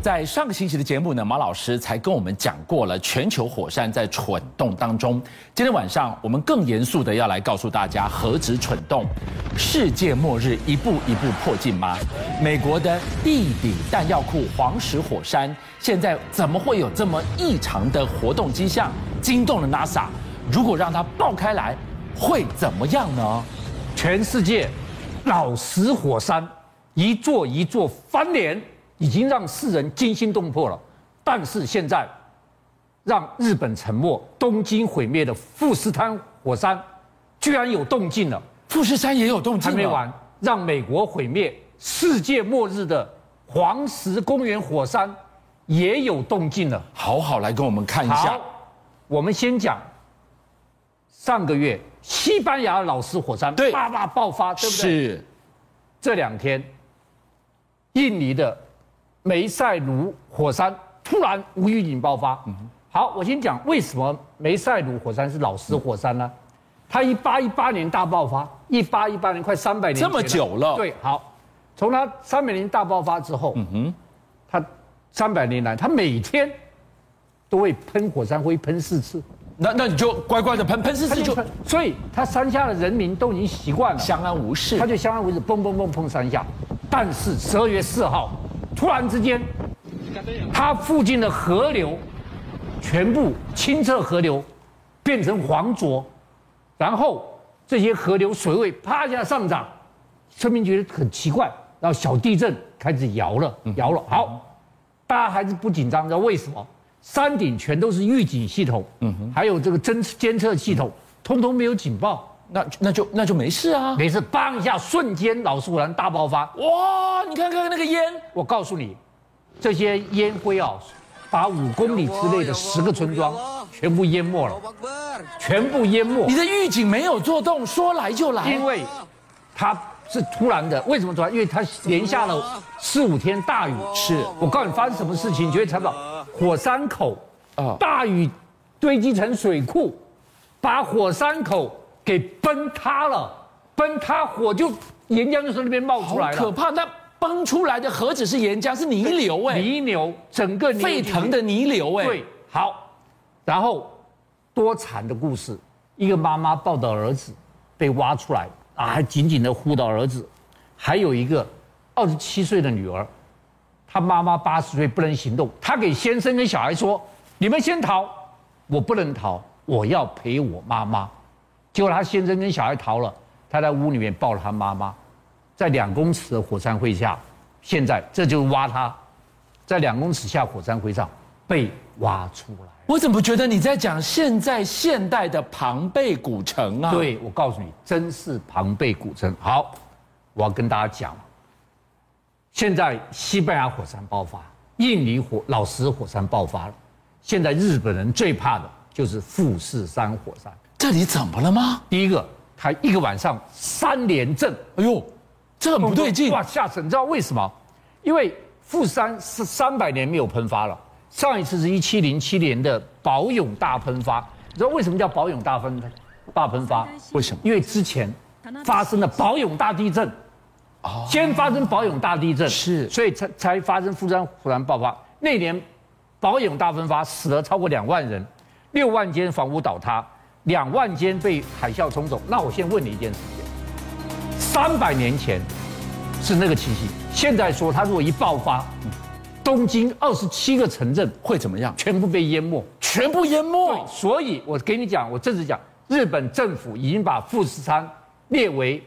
在上个星期的节目呢，马老师才跟我们讲过了全球火山在蠢动当中。今天晚上我们更严肃的要来告诉大家，何止蠢动，世界末日一步一步迫近吗？美国的地底弹药库黄石火山现在怎么会有这么异常的活动迹象，惊动了 NASA？如果让它爆开来，会怎么样呢？全世界老石火山一座一座翻脸，已经让世人惊心动魄了。但是现在，让日本沉没、东京毁灭的富士山火山，居然有动静了，富士山也有动静还了没完，让美国毁灭、世界末日的黄石公园火山也有动静了。好好来跟我们看一下好，我们先讲上个月西班牙老石火山对大大爆发，对不对？是这两天，印尼的梅塞鲁火山突然无预警爆发。好，我先讲为什么梅塞鲁火山是老石火山呢？它一八一八年大爆发，一八一八年快三百年这么前久了对，好，从它三百年大爆发之后，嗯哼，它三百年来，它每天都会喷火山灰喷四次，那那你就乖乖的喷喷四它次就就喷，所以它山下的人民都已经习惯了。相安无事他。就相安无事，蹦蹦蹦碰三下。但是十二月四号，突然之间，它附近的河流全部清澈河流变成黄浊，然后这些河流水位啪一下上涨，村民觉得很奇怪，然后小地震开始摇了，摇了。好，大家还是不紧张，知道为什么？山顶全都是预警系统，还有这个侦监测系统，通通没有警报。那那就那就没事啊。没事，砰一下，瞬间老石火山大爆发。哇，你看看那个烟，我告诉你，这些烟灰啊，把五公里之内的十个村庄全部淹没了，全部淹没你。的预警没有做动，说来就来因。为它是突然的，为什么突然？因为它连下了四五天大雨。是我告诉你发生什么事情，你觉得才宝火山口啊大雨堆积成水库，把火山口给崩塌了，崩塌火就岩浆就从那边冒好出来了。可怕！那崩出来的何止是岩浆，是泥流哎，泥流，整个泥流沸腾的泥流哎对。，好，然后多惨的故事，一个妈妈抱着儿子被挖出来啊，还紧紧的护到儿子，还有一个二十七岁的女儿，她妈妈八十岁不能行动，她给先生跟小孩说：“你们先逃，我不能逃，我要陪我妈妈。”结果她先生跟小孩逃了，她在屋里面抱了她妈妈，在两公尺的火山灰下，现在这就是挖她，在两公尺下火山灰上被挖出来。我怎么觉得你在讲现在现代的庞贝古城啊？，对，我告诉你，真是庞贝古城。好，我要跟大家讲，现在西班牙火山爆发，印尼火老石火山爆发了，现在日本人最怕的就是富士山火山。这里怎么了吗？第一个，它一个晚上三连震，哎呦，这很不对劲哇，吓死！你知道为什么？因为富士山是三百年没有喷发了，上一次是一七零七年的宝永大喷发。你知道为什么叫宝永大喷大喷发？为什么？因为之前发生了宝永大地震，先发生宝永大地震，是所以才才发生富山火山爆发。那年宝永大喷发死了超过两万人，六万间房屋倒塌，两万间被海啸冲走。那我先问你一件事情：三百年前是那个情形，现在说它如果一爆发，东京二十七个城镇会怎么样？全部被淹没。全部淹对，没。所以我给你讲，我正式讲，日本政府已经把富士山列为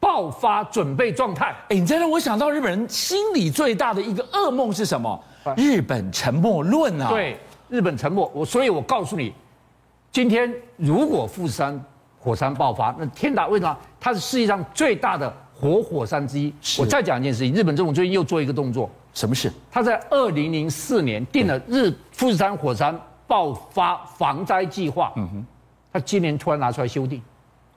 爆发准备状态。哎，你这让我想到日本人心里最大的一个噩梦是什么哎？日本沉没论啊。，对，日本沉没，我所以，我告诉你，今天如果富士山火山爆发，那天大为什么？它是世界上最大的活火山之一。是我再讲一件事情，日本政府最近又做一个动作，什么事？他在二零零四年定了日富士山火山爆发防灾计划。嗯哼，他今年突然拿出来修订。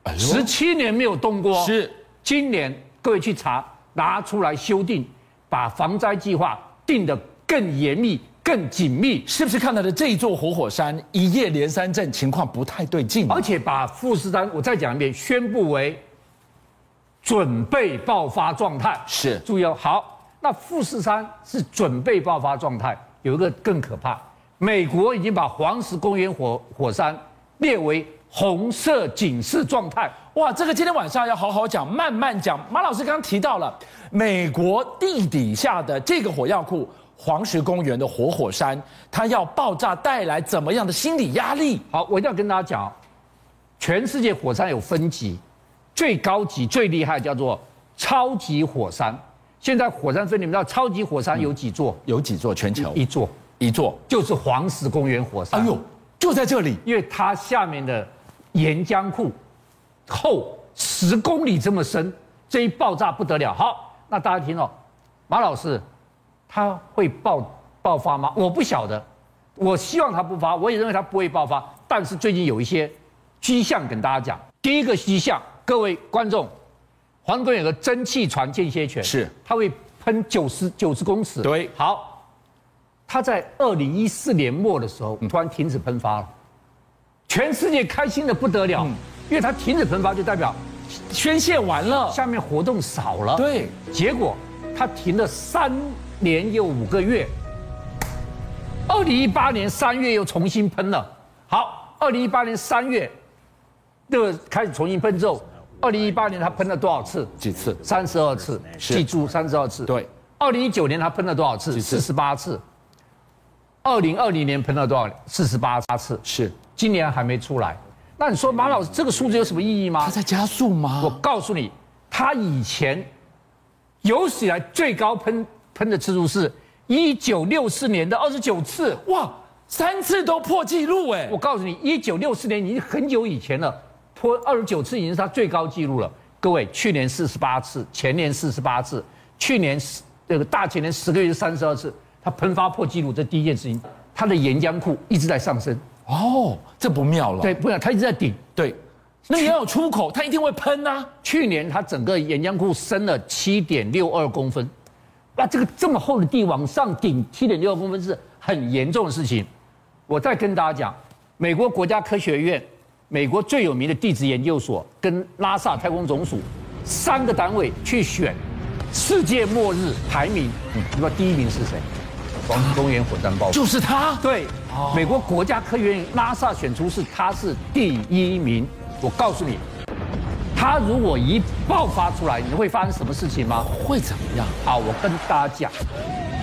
哎呦十七年没有动过，是今年各位去查，拿出来修订，把防灾计划定得更严密、更紧密，是不是看到的这一座活火山一夜连三震，情况不太对劲？啊而且把富士山，我再讲一遍，宣布为准备爆发状态。是注意哦，好，那富士山是准备爆发状态，有一个更可怕，美国已经把黄石公园火火山列为红色警示状态。哇，这个今天晚上要好好讲，慢慢讲。马老师刚刚提到了美国地底下的这个火药库——黄石公园的活火山，它要爆炸带来怎么样的心理压力？好，我一定要跟大家讲哦，全世界火山有分级，最高级最厉害叫做超级火山。现在火山分，你们知道超级火山有几座？有几座全球一座一座？就是黄石公园火嗯山。哎呦，就在这里，因为它下面的岩浆库厚十公里这么深，这一爆炸不得了。好，那大家听哦，马老师，它会爆爆发吗？我不晓得，我希望它不发，我也认为它不会爆发。但是最近有一些迹象跟大家讲，第一个迹象，各位观众，皇宫有个蒸汽船间歇泉，是它会喷九十九十公尺，对好。它在二零一四年末的时嗯候突然停止喷发了，全世界开心的不得嗯了，因为它停止喷发就代表宣泄完了。下面活动少了。，对，结果它停了三年又五个月，二零一八年三月又重新喷了。好，二零一八年三月，这个开始重新喷之后，二零一八年它喷了多少次？几次？三十二次，是记住三十二次。对，二零一九年他喷了多少次？几次四十八次。二零二零年喷了多少？四十八次。是今年还没出来。那你说马老师这个数字有什么意义吗它？在加速我吗？告诉你，他以前有史以来最高喷喷的次数是一九六四年的二十九次。哇，三次都破纪录哎我！告诉你，一九六四年已经很久以前了，破二十九次已经是他最高纪录了。各位，去年四十八次，前年四十八次，去年十那个大前年十个月三十二次，他喷发破纪录，这第一件事情，他的岩浆库一直在上升，哦，这不妙了。对，不然他一直在顶。对，那也要有出口，它一定会喷啊呐、去年它整个岩浆库深了七点六二公分，那这个这么厚的地往上顶七点六二公分是很严重的事情。我再跟大家讲，美国国家科学院、美国最有名的地质研究所跟拉萨太空总署三个单位去选世界末日排名，嗯你知道第一名是谁？黄石公园火山爆发。就是它。对，美国国家科学院拉萨选出是他是第一名。我告诉你，他如果一爆发出来，你会发生什么事情吗？会怎么样？好，我跟大家讲，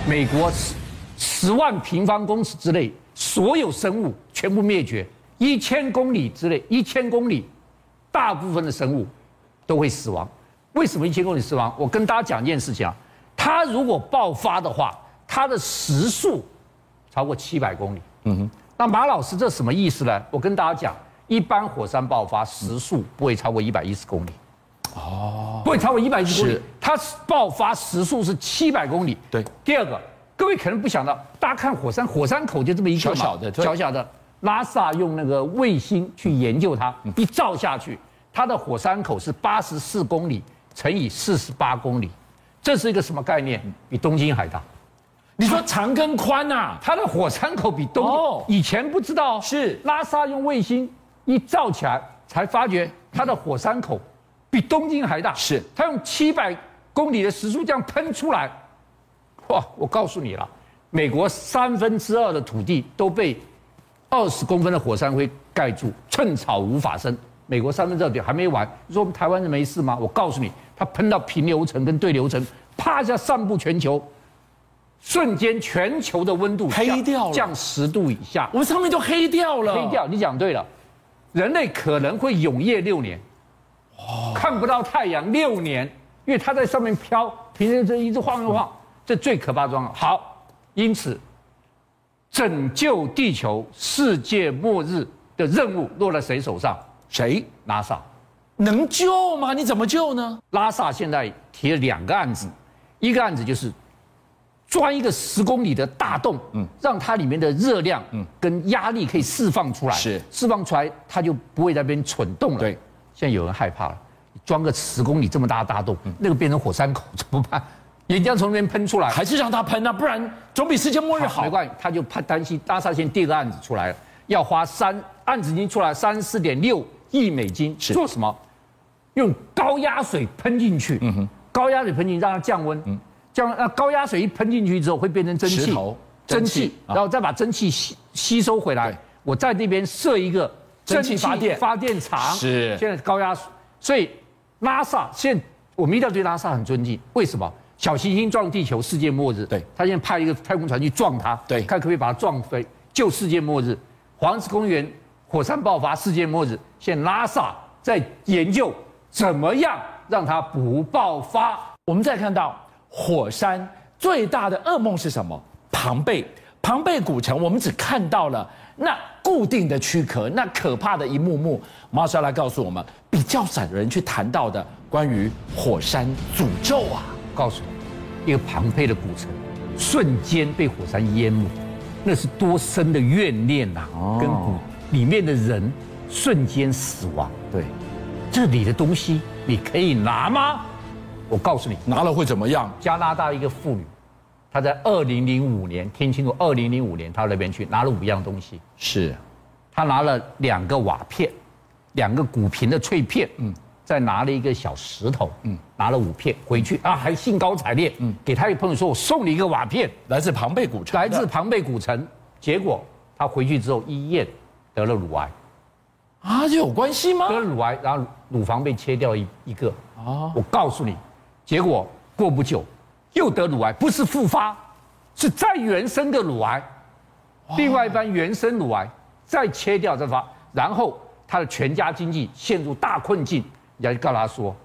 美国十十万平方公尺之内所有生物全部灭绝，一千公里之内，一千公里，大部分的生物都会死亡。为什么一千公里死亡？我跟大家讲一件事情啊，它如果爆发的话，它的时速超过七百公里。嗯哼，那马老师这什么意思呢？我跟大家讲，一般火山爆发时速不会超过一百一十公里。不会超过一百一十公里是，它爆发时速是七百公里。对第二个，各位可能不想到，大家看火山，火山口就这么一个小嘛小的对小小的。拉萨用那个卫星去研究它，嗯一照下去，它的火山口是八十四公里乘以四十八公里，这是一个什么概嗯念？比东京还大。你说长跟宽呐、啊它的火山口比东、哦以前不知道哦，是拉萨用卫星一照起来，才发觉它的火山口比东京还大。是它用七百公里的时速这样喷出来，哇！我告诉你了，美国三分之二的土地都被二十公分的火山灰盖住，寸草无法生。美国三分之二地还没完，你说我们台湾人没事吗？我告诉你，它喷到平流层跟对流层，啪一下散布全球，瞬间全球的温度黑降掉了降十度以下我，们上面都黑掉了。黑。掉。你讲对了，人类可能会永夜六年，看不到太阳六年，因为它在上面飘，平时这一直晃又晃，这最可怕的状况。好，因此拯救地球世界末日的任务落在谁手上？谁拉萨。能救吗？你怎么救呢？拉萨现在提了两个案子，一个案子就是钻一个十公里的大洞，嗯让它里面的热量跟压力可以释放出来，是释放出来，它就不会在那边蠢动了。对，现在有人害怕了，钻个十公里这么大的大洞，嗯那个变成火山口怎么办？岩浆从那边喷出来，还是让它喷啊，不然总比世界末日好没。关系，他就怕担心拉萨县第二个案子出来了，要花三案子已经出来三四点六亿美金，是做嗯什么？用高压水喷进去，高压水喷进去让它降温，将那高压水一喷进去之后会变成蒸石汽头，蒸蒸汽汽，啊然后再把蒸汽吸吸收回对来，我在那边设一个蒸汽发电发电厂，是现在高压水，所以拉萨现我们一定要对拉萨很尊敬，为什么？小行星撞地球，世界末日。对他现在派一个太空船去撞它，对看可不可以把它撞飞，救世界末日。黄石公园火山爆发，世界末日。现在拉萨在研究怎么样让它不爆发。我们再看到火山最大的噩梦是什么？庞贝，庞贝古城，我们只看到了那固定的躯壳，那可怕的一幕幕。马莎拉告诉我们，比较少人去谈到的关于火山诅咒啊。告诉你，一个庞贝的古城瞬间被火山淹没，那是多深的怨念呐、哦跟古里面的人瞬间死亡。对，这里的东西你可以拿吗？我告诉你，拿了会怎么样？加拿大一个妇女，她在二零零五年，听清楚，二零零五年她到那边去拿了五样东西，是她拿了两个瓦片，两个古瓶的脆片，嗯，再拿了一个小石头，嗯，拿了五片回去啊，还兴高采烈，嗯，给她一个朋友说，我送你一个瓦片，来自庞贝古城的，来自庞贝古城。结果她回去之后一验得了乳癌，啊，这有关系吗？得了乳癌，然后乳房被切掉一一个，哦，我告诉你，结果过不久又得乳癌，不是复发，是再原生的乳癌，另外一般原生乳癌再切掉再发，然后他的全家经济陷入大困境。人家就告诉他说：“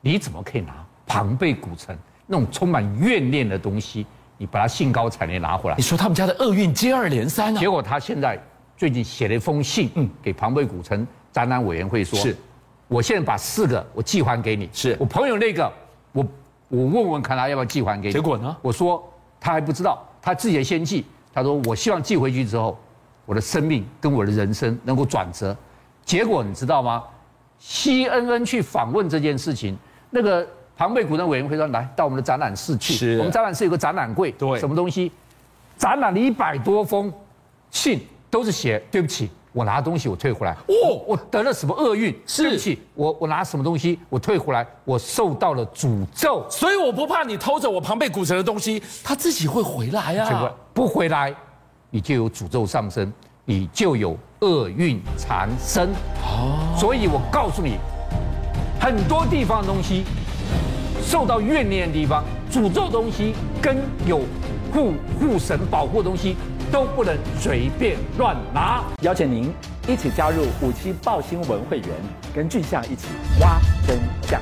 你怎么可以拿庞贝古城那种充满怨念的东西，你把它兴高采烈拿回来你？”说他们家的厄运接二连三啊结。果他现在最近写了一封信，嗯，给庞贝古城展览委员会说，是，我现在把四个我寄还给你，是我朋友那个，我我问问看他要不要寄还给你。结果呢我说他还不知道，他自己也先寄，他说我希望寄回去之后，我的生命跟我的人生能够转折。结果你知道吗？CNN 去访问这件事情，那个庞贝古城委员会说来到我们的展览室去，是我们展览室有个展览柜，对什么东西？展览了一百多封信，都是写对不起，我拿东西我退回来。哦我得了什么厄运？是对不起，我我拿什么东西我退回来，我受到了诅咒，所以我不怕你偷走我庞贝古城的东西，他自己会回来结果啊。不回来，你就有诅咒上身，你就有厄运缠身。哦，所以我告诉你，很多地方的东西受到怨念的地方，诅咒的东西跟有护护神保护的东西都不能随便乱拿。邀请您一起加入五七报新闻会员，跟俊相一起挖真相。